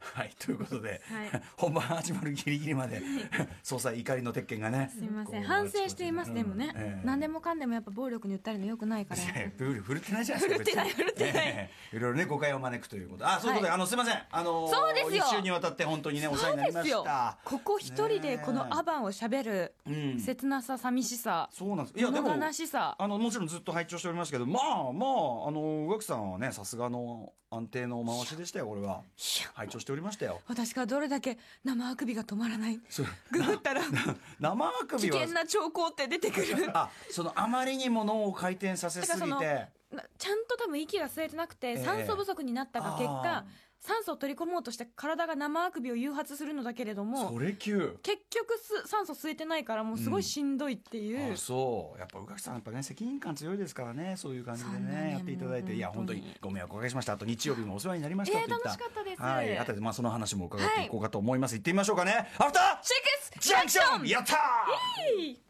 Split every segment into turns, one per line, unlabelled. はい、ということで、
はい
本番始まるギリギリまで、総裁怒りの鉄拳がね。
すいません
こう
反省しています、
うん
でもね、
ええ
何でもかんでもやっぱ暴力に訴えるのよくないから
いやいやブル振るってないじゃないですか。
振るってない
別に
振るってない
ええいろいろね、誤解を招くということ。あ、そういうことで、
はい
あの、すいません。あのー、
そうですよ
一週にわたって本当にね、お世話になりました。
ここ一人でこのアバンをしゃべる
うん
切なさ寂しさ、
そうなんです。いや、で
物
も、
悲しさ
あの、もちろんずっと拝聴しておりますけど、まあまあ、あの、宇垣さんはね、さすがの安定の回しでしたよ、これは。拝聴しておりましたよ。
私がどれだけ生あくびが止まらない
そう
ググったら
生あく
危
びは
険、な兆候って出てく る
あ、その、あまりにも脳を回転させ
だから
す
そ
ぎ
の
て、
なちゃんと多分息が吸えてなくて
え
酸素不足になったが結
あ
果、酸素を取り込もうとして体が生あくびを誘発するのだけれども
それ級。
結局す酸素吸えてないからもうすごいしんどいっていう、
あそうやっぱ宇垣さんやっぱね責任感強いですからねそういう感じで
そうだ
ね
ね
やっていただいて
もう
いや本
本
当
当に
にご迷惑おかけしましたあと日曜日もお世話になりました
え
と
ー
言った、
楽しかったです
はいあとでまあその話も伺っていこうかと思います、行ってみましょうかねアフター
シックス
ジャンクションやったー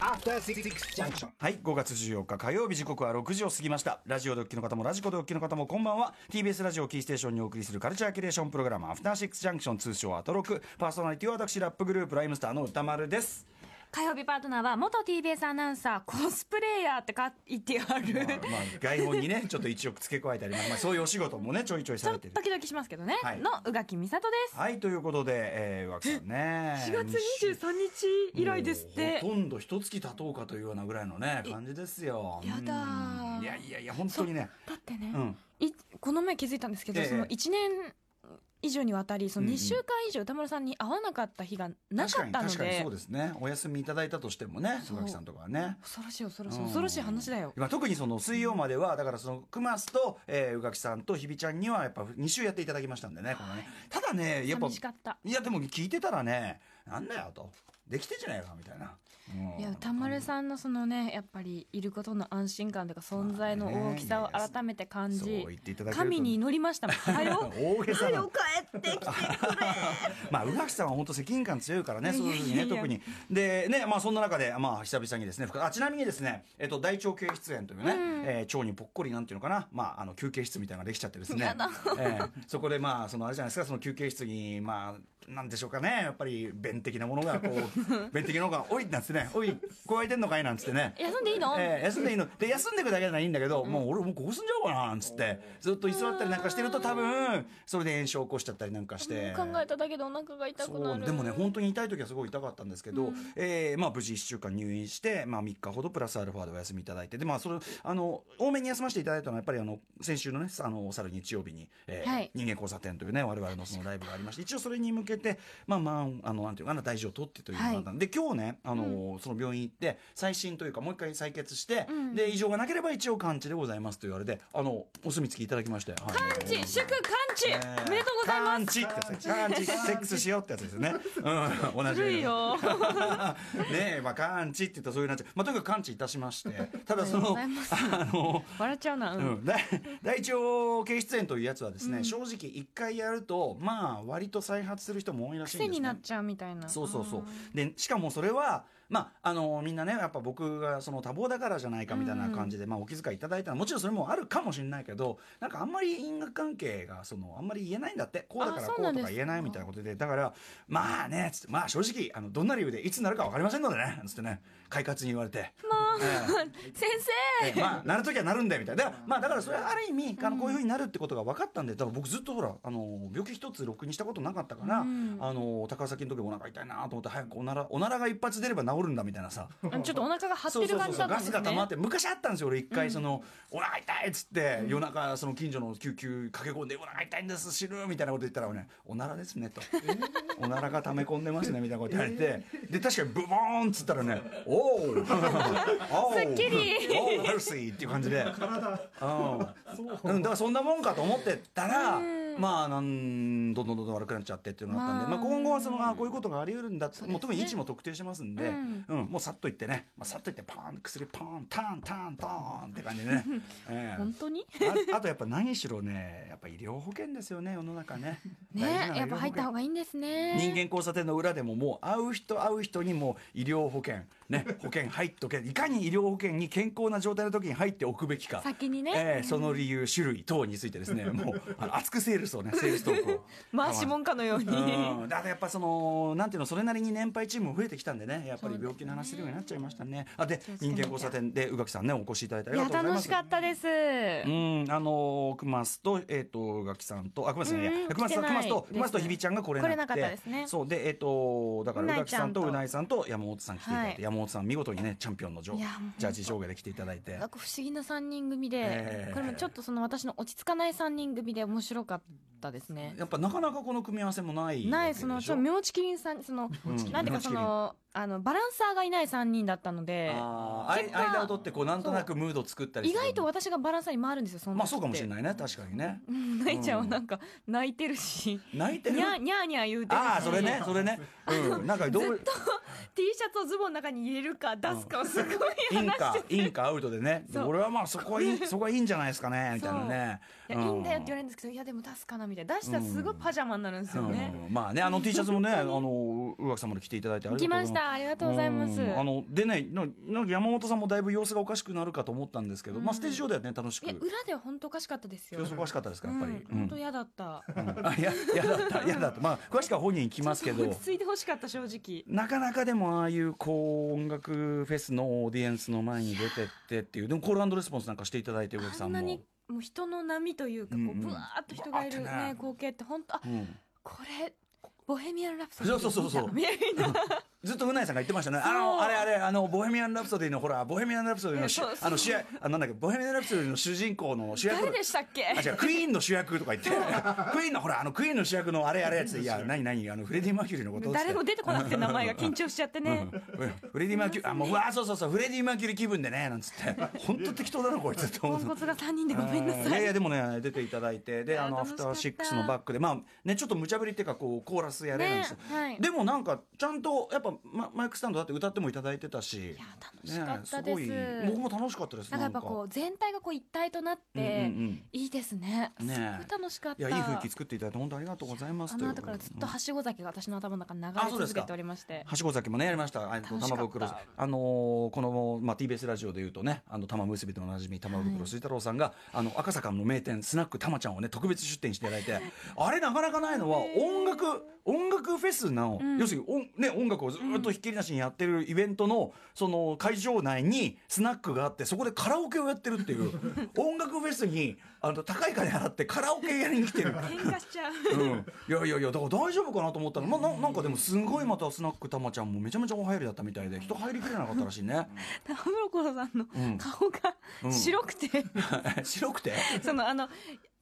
After Six Junction.
はい5月14日火曜日時刻は6時を過ぎましたラジオでお聞きの方もラジコでお聞きの方もこんばんは TBS ラジオキーステーションにお送りするカルチャーキュレーションプログラム「アフターシックスジャンクション」通称アトロクパーソナリティは私ラップグループライムスターの歌丸です
火曜日パートナーは元 TBS アナウンサーコスプレイヤーってか言ってある、
まあ、まあ外本にねちょっと一億付け加えたり、まあ、そういうお仕事もねちょいちょい
ち
さ
ょ
れ
って
る
とドキドキしますけどね、
はい
の宇垣美里です、
はいということで、えー、わさんね
4月23日以来ですって
もうほとんど一月経とうかというようなぐらいのね感じですよ
やだー
うんいやいやいや本当にね
だってね、
うん
いこの前気づいたんですけど、
ええ
その1年以上にわたりその
うんうん
2週間以上歌丸さんに会わなかった日がな
確
か
か
っ
に
たの
確かに
で
そうですねお休みいただいたとしてもね
そう
宇垣さんとかはね
恐ろしい恐ろしい
うん
恐ろしい話だよ、
まあ、特にその水曜まではだからそのクマスと、えー、宇垣さんとひびちゃんにはやっぱ2週やっていただきましたんでねこのねただねやっぱ
寂しかった
いやでも聞いてたらねなんだよとできてんじゃないかみたいな、うん
いや歌丸さんのそのねやっぱりいることの安心感というか存在の大きさを改めて感
そう
じ
言っていただけると
神に祈りましたもん「はよ
大げさ
は
な
よ帰ってきてくれ」
まあ宇垣さんは本当責任感強いからねそういうふうに
いや
ね
いやいや
特にでねまあそんな中でまあ久々にですねあちなみにですねえっと大腸系出炎というね、えー腸にぽっこりなんていうのかなまああの休憩室みたいなのができちゃってですね
やだ
えーそこでまあそのあれじゃないですかその休憩室にまあなんでしょうかねやっぱり便的なものがこう 便的なものが「おい」なんつってね「おいこうやってんのかい」なんつってね
休 んでいいの、
えー休んでいいので休んでくだけならいいんだけど、もう俺もうここ住んじゃおうかななんつってずっと居座ったりなんかしてると多分それで炎症起こしちゃったりなんかして
考えただけでお腹が痛くな
そう
る
でもね本当に痛い時はすごい痛かったんですけど、えーまあ、無事1週間入院して、まあ、3日ほどプラスアルファでお休みいただいてで、まあ、それあの多めに休ませていただいたのはやっぱりあの先週のねあのさる日曜日に、えー
はい
人間交差点というね我々のそのライブがありまして一応それに向けて、まあまあ、あのなんていうかな大事を取ってという
はい
判断で今日ねあの、その病院行って再診というかもう一回採血して、で異常がなければ一応完治でございますと言われてあのお墨付きいただきまして。はい
完治祝完治、おめでとうござい
す。カ
ます
ンチってやつですカンチ、セックスしようってやつですね。うん、同じ。
古 いよ
ねえ、まあ、カンチって言ったらそういうなっちゃう。まあ、とにかくカンチいたしまして、ただそ
ありがとう
の、
ございます
あの、
笑っちゃうな、う
うんん、大大腸憩出炎というやつはですね、正直一回やるとまあ割と再発する人も多いらしいんです、ね、
癖になっちゃうみたいな
そうそうそうでしかもそれはまああのみんなねやっぱ僕がその多忙だからじゃないかみたいな感じで、まあ、お気遣いいただいたのもちろんそれもあるかもしれないけどなんかあんまり因果関係がそのあんまり言えないんだってこうだから
あ
こ
そう
う
なん
と
です
か
か
言えないみたいなことでだからまあねつってまあ正直あのどんな理由でいつになるか分かりませんのでねつってね快活に言われて。え
先生
え まあ、なるときはなるんだよみたいな。だから、まあ、だからそれはある意味、あの、こういうふうになるってことが分かったんで、だから僕ずっとほら、あの、病気一つろくにしたことなかったから、あの、高崎の時もお腹痛いなと思って、早くおなら、おならが一発出れば治るんだみたいなさ。
ちょっとお腹が張ってる感じだったん
ガ
です
ス
ね
が溜まって昔あったんですよ俺一回その、お腹痛いっつって、夜中その近所の救急駆け込んでお腹痛いんです死ぬみたいなこと言ったらねおならですねと、おならが溜め込んでますねみたいなこと言われて、で確かにブボーンっつったらねおー おす
っきり
おーヘルシーっていう感じでうん、うん、だからそんなもんかと思ってたら、まあなんどんどんどんどん悪くなっちゃってっていうのがあったんで、ま
ま
あ
あ
今後はそのあこういうことがあり得るんだって、もう特に位置も特定してますんで、うんもうさっといってね、まあ、さっといってパーン薬パーンターンターンターンって感じで ね、ええ
本当に
ああとやっぱ何しろねやっぱ医療保険ですよね世の中ね
ね
大事なのは
やっぱ入った方がいいんですね
人間交差点の裏でももう会う人会う人にもう医療保険 ね、保険入っとけ、いかに医療保険に健康な状態の時に入っておくべきか。
先にね
ええその理由、種類等についてですね、もう、あの熱くセールスをね、セールストークを。
回しもんかのように。
うん、 だからやっぱそのなんていうのそれなりに年配チームも増えてきたんでねやっぱり病気の話するようになっちゃいましたねあで
気をつけ
人
なき
間
ゃ
交差点で宇垣さんねお越しいただいてあ
い
りがとう
や
ござい
楽
ま
し
す
かったです。
うんあのー、熊須とえっ、と宇垣さんとあ熊須さんいや
うん
熊須さん
来て
熊
な
須
い
と
です
熊須とひびちゃんが来れなくて
来れなかったですね
そうでえっ、とだか
う
ら
な
宇
い
垣
ちゃ
さん
ん
と
と
うないさんと山本さん来ていただいて、
はい
山本さん見事にねチャンピオンの上
いやもう
ジャージ上下で来ていただいて
なんか不思議な三人組で、
ええ
これもちょっとその私の落ち着かない三人組で面白かったですね。
やっぱなかなかこの組み合わせもない
ないそ
わ
の
けで
ち
しょ
ょ明治キリンさんその、
うん
なんていうかそのあのバランサーがいない三人だったので、
あー
結果
あい間を取ってこうなんとなくムード作ったり
意
する
外と私がバランサーに回るんですよその時
ま
って。
あそうかもしれ ないね確かにね
うん。ないちゃんはなんか泣いてるし、
泣いてる
にゃーにゃーにゃー言うてるし。
ああそれねそれねうんなんかどう
T シャツをズボンの中に入れるか出すかをすごい
イン
話し
か
て
インかアウトでねで
そう
俺はまあそこはいいそこはいいんじゃないですかねみたいなね
いやいいんだよって言われるんですけどいやでも出すかなみたいな出したらすごいパジャマになるんですよね、
うんまあねあの T シャツもねあの宇垣さんまで着ていただいてありがとうございます
来ましたありがとうございます
うんあのでねななんか山本さんもだいぶ様子がおかしくなるかと思ったんですけどまあステージ上ではね楽しく
いや裏では本当おかしかったですよ
様子おかしかったですかやっぱり
うん、本当
うん
嫌だっ た、
あいや嫌だった嫌だったまあ詳しくは本人に聞きますけど
ちょっと落ち着いてほしかった正直
なかなかでもああいうこう音楽フェスのオーディエンスの前に出てってっていうでもコールレスポンスなんかしていただいて上木
あ
さん
ん
も。
なにもう人の波というかこ
うんう
うんブワーっと人がいるね
ブワーってね
光景って本当あ
うん、
これボヘミアン・ラプソディ
そうそうそうそう
みたいな
ずっとうないさんが言ってましたね。
う
あの、あれあれ、あの、ボヘミアン・ラプソディの、ほら、ボヘミアン・ラプソディのし
いやそうそう
あの、主役、あの、なんだっけ、ボヘミアン・ラプソディの主人公の主役。
誰でしたっけ
あ、違う、クイーンの主役とか言って、 クイーンの、ほら、あの、クイーンの主役のあれあれやつ、いや、何何あの、フレディ・マーキュリーのことっつって
誰も出てこなくて名前が緊張しちゃってね、
うんフレディ・マーキュリー、あ、もう、うわ、そうそうそう、フレディ・マーキュリー気分でね、なんつって、本当適当だな、こいつって思
ポ
っ
ン
て
コツが3人でごめんな
うん
さ
やい
い
やでもね出ていただいてで
いや
あのア
楽し
フ
か
タ
った
ーシックスのバックでまあねちょっと無茶ぶりっていうかこうコーラスやれるんですよ、
ねはい
でもなんかちゃんとやっぱママイクスタンドだって歌ってもいただいてたし
いや楽しかったです,、
ねすごい僕も楽しかったです
なんかやっぱこう全体がこう一体となって、
うんうんうん
いいですね。すごい
ねえ
楽しかっ
い
た。
やいい雰囲気作っていただいて本当ありがとうございます
あの後からずっとはしご酒が私の頭の中に流れ続けておりまして。
はしご酒もねやりました。あの
楽しかった
玉袋すあのーこのまあ TBS ラジオでいうとね、あの玉結びでおなじみ玉袋筋太郎さんが、あの赤坂の名店スナック玉ちゃんをね特別出店していただい て、あれなかなかないのは音楽音楽フェスの、要するに音ね音楽をずっとひっきりなしにやってるイベントのその会場内にスナックがあってそこでカラオケをやってるっていう 音楽フェスにあの高い金払ってカラオケやりに来てる。
喧嘩しちゃう。
うんいやいやいやだから大丈夫かなと思ったら、まあ、ななんかでもすごいまたスナックたまちゃんもめちゃめちゃおはやりだったみたいで人入りきれなかったらしいね
田村コロさんの
うん
顔
うん
が白くて、
白くて
そのあの、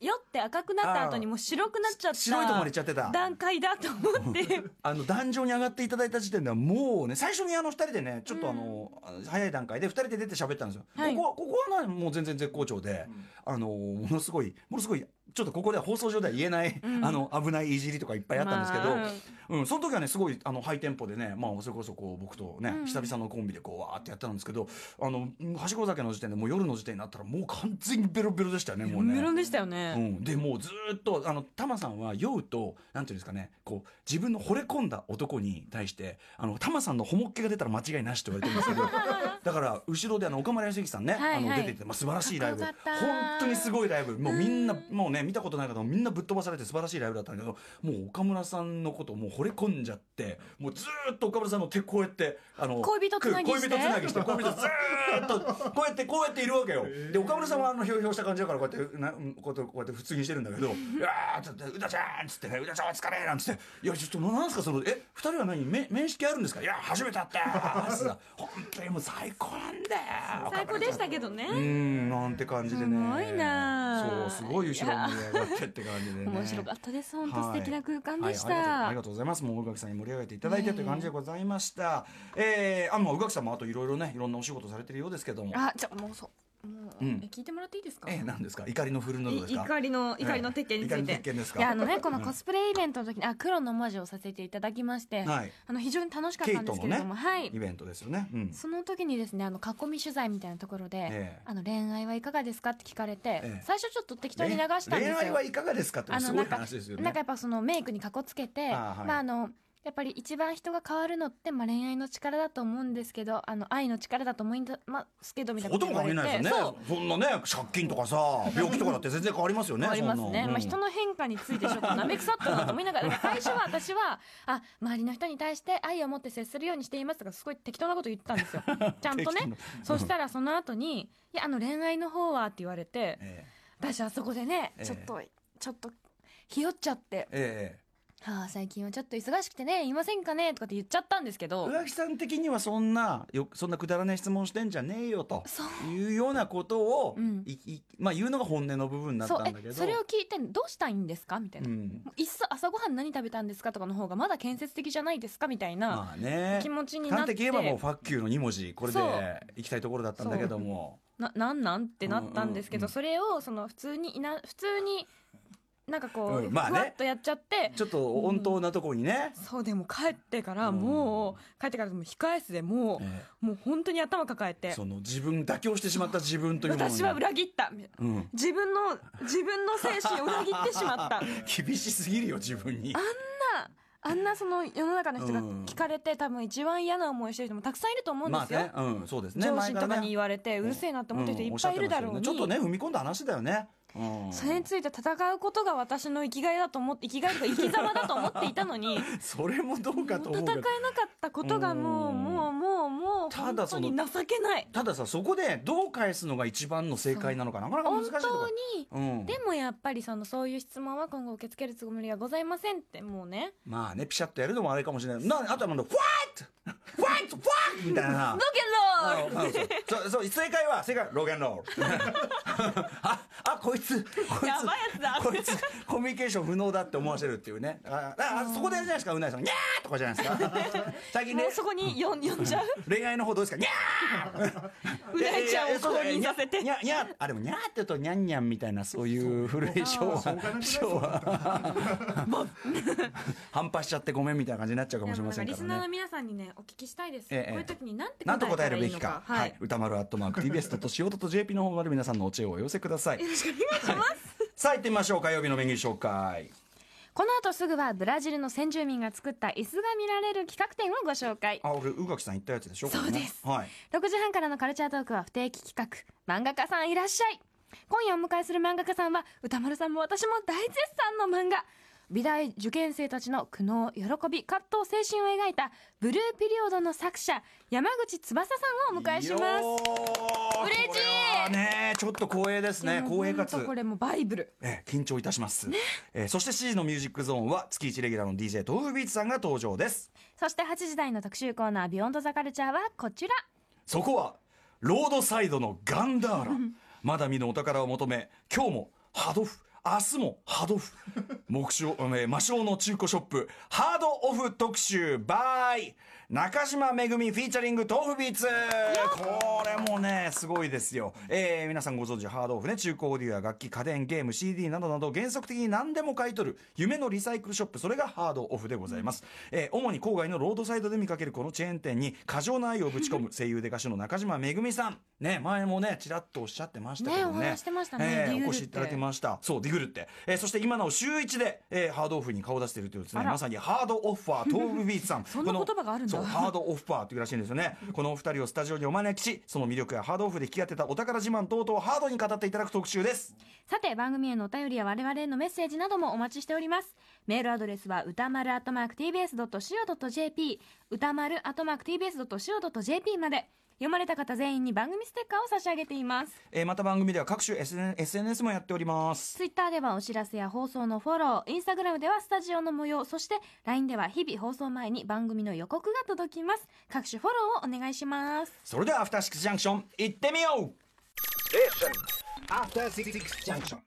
酔って赤くなった後にもう白くなっちゃった。
白いとこまで行っちゃってた
段階だと思って。
あの壇上に上がっていただいた時点ではもうね最初にあの2人でねちょっとあの、早い段階で2人で出て喋ったんですよ、
はい
ここはここはなもう全然絶好調で、あのものすごいものすごいちょっとここでは放送上では言えない、あの危ないいじりとかいっぱいあったんですけど、
まあ
うん、その時はねすごいあのハイテンポでね、まあ、それこそこう僕とね、久々のコンビでこうわーってやってたんですけどあのはしご酒の時点でもう夜の時点になったらもう完全にベロベロでしたよね もうね。
メロンでしたよ
う
ね。
ん、でもうずーっとあのタマさんは酔うとなんていうんですかねこう自分の惚れ込んだ男に対してあのタマさんのほもっけが出たら間違いなしと言われてるんです けどだから後ろであの岡村康之さんね、
はい
あ
はい
の出ていて、まあ、素晴らしいライブ
かっ
本
こよかった
当にすごいライブもうみんなもうね見たことない方もみんなぶっ飛ばされて素晴らしいライブだったんだけどもう岡村さんのことをもう惚れ込んじゃってもうずーっと岡村さんの手こうやってあの
恋人つなぎして
恋人つなぎして恋人ずーっとこうやってこうやっているわけよで岡村さんはあのひょうひょうした感じだからこうやってなうんこうやってこうやって普通にしてるんだけど「うわー」っつって「うだちゃん」っつってね「うだちゃんお疲れ」なんつって「いやちょっとなんすかそのえ二人は何め面識あるんですか?」「いや初めて会ったよ」っつって本当にもう最高なんだよ
最高でしたけど
うー
ね。
んなんて感じでね
すごいなあ
そうすごい後ろに上がってって感じでね
面白かったです。本当素敵な空間でし
はいはいありがとうあり。が
た
とうございますもう宇垣さんに盛り上げていただいてという感じでございました、えー、あもう宇垣さんもあといろいろねいろんなお仕事されてるようですけども
あ、じゃあもうそう。も
う
う、
ん
え聞いてもらっていいですか
えー、何ですか怒りのフルヌードです
い
か
怒りの怒りの鉄拳につ
ええ怒り
いて、
の鉄拳ですか
いやあのねこのコスプレイベントの時にあ黒の文字をさせていただきまして、
はい
あの非常に楽しかっ
ケイ
たんで
ト
す
の
けれど
ね
も、、はい
イベントですよね、うん、
その時にですねあの囲み取材みたいなところで、
ええ
あの恋愛はいかがですかって聞かれて、
え
最初ちょっと適当に流したんですよ
恋愛はいかがですかって
あ
す
の
ご
ないんか
話ですよ
なん
ね
かやっぱそのメイクにかこつけて
あはい
まああのやっぱり一番人が変わるのって、まあ、恋愛の力だと思うんですけどあの愛の力だと思いますけどみたいな
そうとも限らないです
そ
よ
う
ねそんなね借金とか さ病気とかだって全然変わりますよね
あります
そん
ね
な、の
まあ、人の変化についてちょっとなめくさったなと思いながら最初は私はあ周りの人に対して愛を持って接するようにしていますとかすごい適当なこと言ったん ですよちゃんと
適当
ね
な
そしたらその後に「いやあの恋愛の方は」って言われて
え
私はそこでね
ええ
ちょっと、ちょっとひよっちゃって
ええ
「はあ最近はちょっと忙しくてねいませんかね」とかって言っちゃったんですけ
え
ど
浮気さん的にはそんなよそんなくだらない質問してんじゃねえよと
そう
いうようなことを、
うん
いいまあ言うのが本音の部分だっ
そ
た
う
だ
ん
け
え
ど
それを聞いてどうしたいんですかみたいうな。
ん
もういっそ朝ごはん何食べたんですかとかの方がまだ建設的じゃないですかみたいな
まあね
気持ちにな
端
って
的に言えばもう「ファッキュー」の2文字これで
そう
いきたいところだったんだけども
ななんなんってなったんですけ
うんうんう
ど、
ん
それをその普通にいな普通になんかこう、
うんまあね
ふわっとやっちゃって
ちょっと温当なところにね、
そうでも帰ってから
うん
もう、帰ってからもう控え室でもう、
え
もう本当に頭抱え
え
て
その自分妥協してしまった自分というものに
私は裏切ったみたいな
うん、
自分の自分の精神を裏切ってしまった
厳しすぎるよ自分に
あんなその世の中の人が
うん
聞かれて多分一番嫌な思いしてる人もたくさんいると思うん
ま
で
あ
すよ、
ね、うん、そうですね
上司とかに言
わ
われてうるせえなって思ってる人いっぱいいるだろうに、
ちょっとね踏み込んだ話だよね、うん、
それについて戦うことが私の生きがいだと思って 生きがいとか生き様だと思っていた のに
それもどうかと思
戦え
う
な
けど
かったことがもう
うん
もうもうもう
た
本
だ
当
その
に情けない
たださそこでどう返すのが一番の正解なのかなかなか難
本
しいとこ
当に
うん、
でもやっぱりそのそういう質問は今後受け付けるつもりはございませんってもうね
まあねピシャッとやるのもあれかもしれないなあとはもう「ファイトフ ァイトファイト!」みたいな
ロケンロール
あそうそうそう正解は正解はロゲンロール ああこいつこい
やばいやつだ
つこいつコミュニケーション不能だって思わせるっていうねあああそこであれじゃないですかうないさん「にゃー!」とかじゃないですか 最近
も
ね
うそこに 呼ん呼んじゃう
恋愛の方どうですか「にゃー!」
うないちゃんを公認させて
いやいやいやいやいやいやいやいやいやいやあでも「にゃー」って言うと「にゃんにゃん」みたいなそういう古い昭和
しょうがなくない
昭和 反発しちゃってごめんみたいな感じになっちゃうかもしれません
リ
から
スナーの
ね。
皆さんにねお聞きしたいです、
ええ
こういう時になんて
なんと
答
答
え
え
た
る
らい
べ
い
き
の
か
か、
はい、歌丸アットマーク TBS.CO.JP の方まで皆さんのお知恵をお寄せください
よろしくお願いします、
さあ行ってみましょう火曜日のメニュー紹介
この後すぐはブラジルの先住民が作った椅子が見られる企画展をご紹介
あ俺宇垣さん言ったやつでしょ
そうです
これねはい
6時半からのカルチャートークは不定期企画漫画家さんいらっしゃい今夜お迎えする漫画家さんは歌丸さんも私も大絶賛の漫画美大受験生たちの苦悩喜び葛藤青春を描いたブルーピリオドの作者山口翼さんをお迎えします
よー
嬉しい
これはねちょっと光栄ですね
いやもう
光栄かつ
ほんとこれもうバイブル
ええ緊張いたします、ええそして7時のミュージックゾーンは月1レギュラーの DJ 豆腐ビーツさんが登場です
そして8時台の特集コーナー「ビヨンドザカルチャーはこちら
そこはロードサイドのガンダーラまだ見ぬお宝を求め今日もハドフ明日もハドフ目標、えー魔性の中古ショップハードオフ特集バイ中島めぐみフィーチャリング豆腐ビーツこれもねすごいですよ、えー皆さんご存知ハードオフね中古オーディオや楽器家電ゲーム CD などなど原則的に何でも買い取る夢のリサイクルショップそれがハードオフでございます、えー主に郊外のロードサイドで見かけるこのチェーン店に過剰な愛をぶち込 む声優で歌手の中島めぐみさんね前もねちらっとおっしゃってましたけどね
ねお話してましたね
え
ディ
ーお
グルって
越しいただきましたそうディグルって、えーそして今なお週一で、えーハードオフに顔出しているというですね
あら
まさにハードオファー東武ビーツさん
そんな
この
言葉があるんだ
そうハードオファーというらしいんですよねこのお二人をスタジオにお招きしその魅力やハードオフで引き当てたお宝自慢等々をハードに語っていただく特集です
さて番組へのお便りや我々へのメッセージなどもお待ちしておりますメールアドレスは歌丸 @tbs.co.jp 歌丸 @tbs.co.jp まで読まれた方全員に番組ステッカーを差し上げています
えーまた番組では各種 SN SNS もやっております
ツイッターではお知らせや放送のフォローインスタグラムではスタジオの模様そして LINE では日々放送前に番組の予告が届きます各種フォローをお願いします
それではアフターシックスジャンクション行ってみよう
After Six Junction.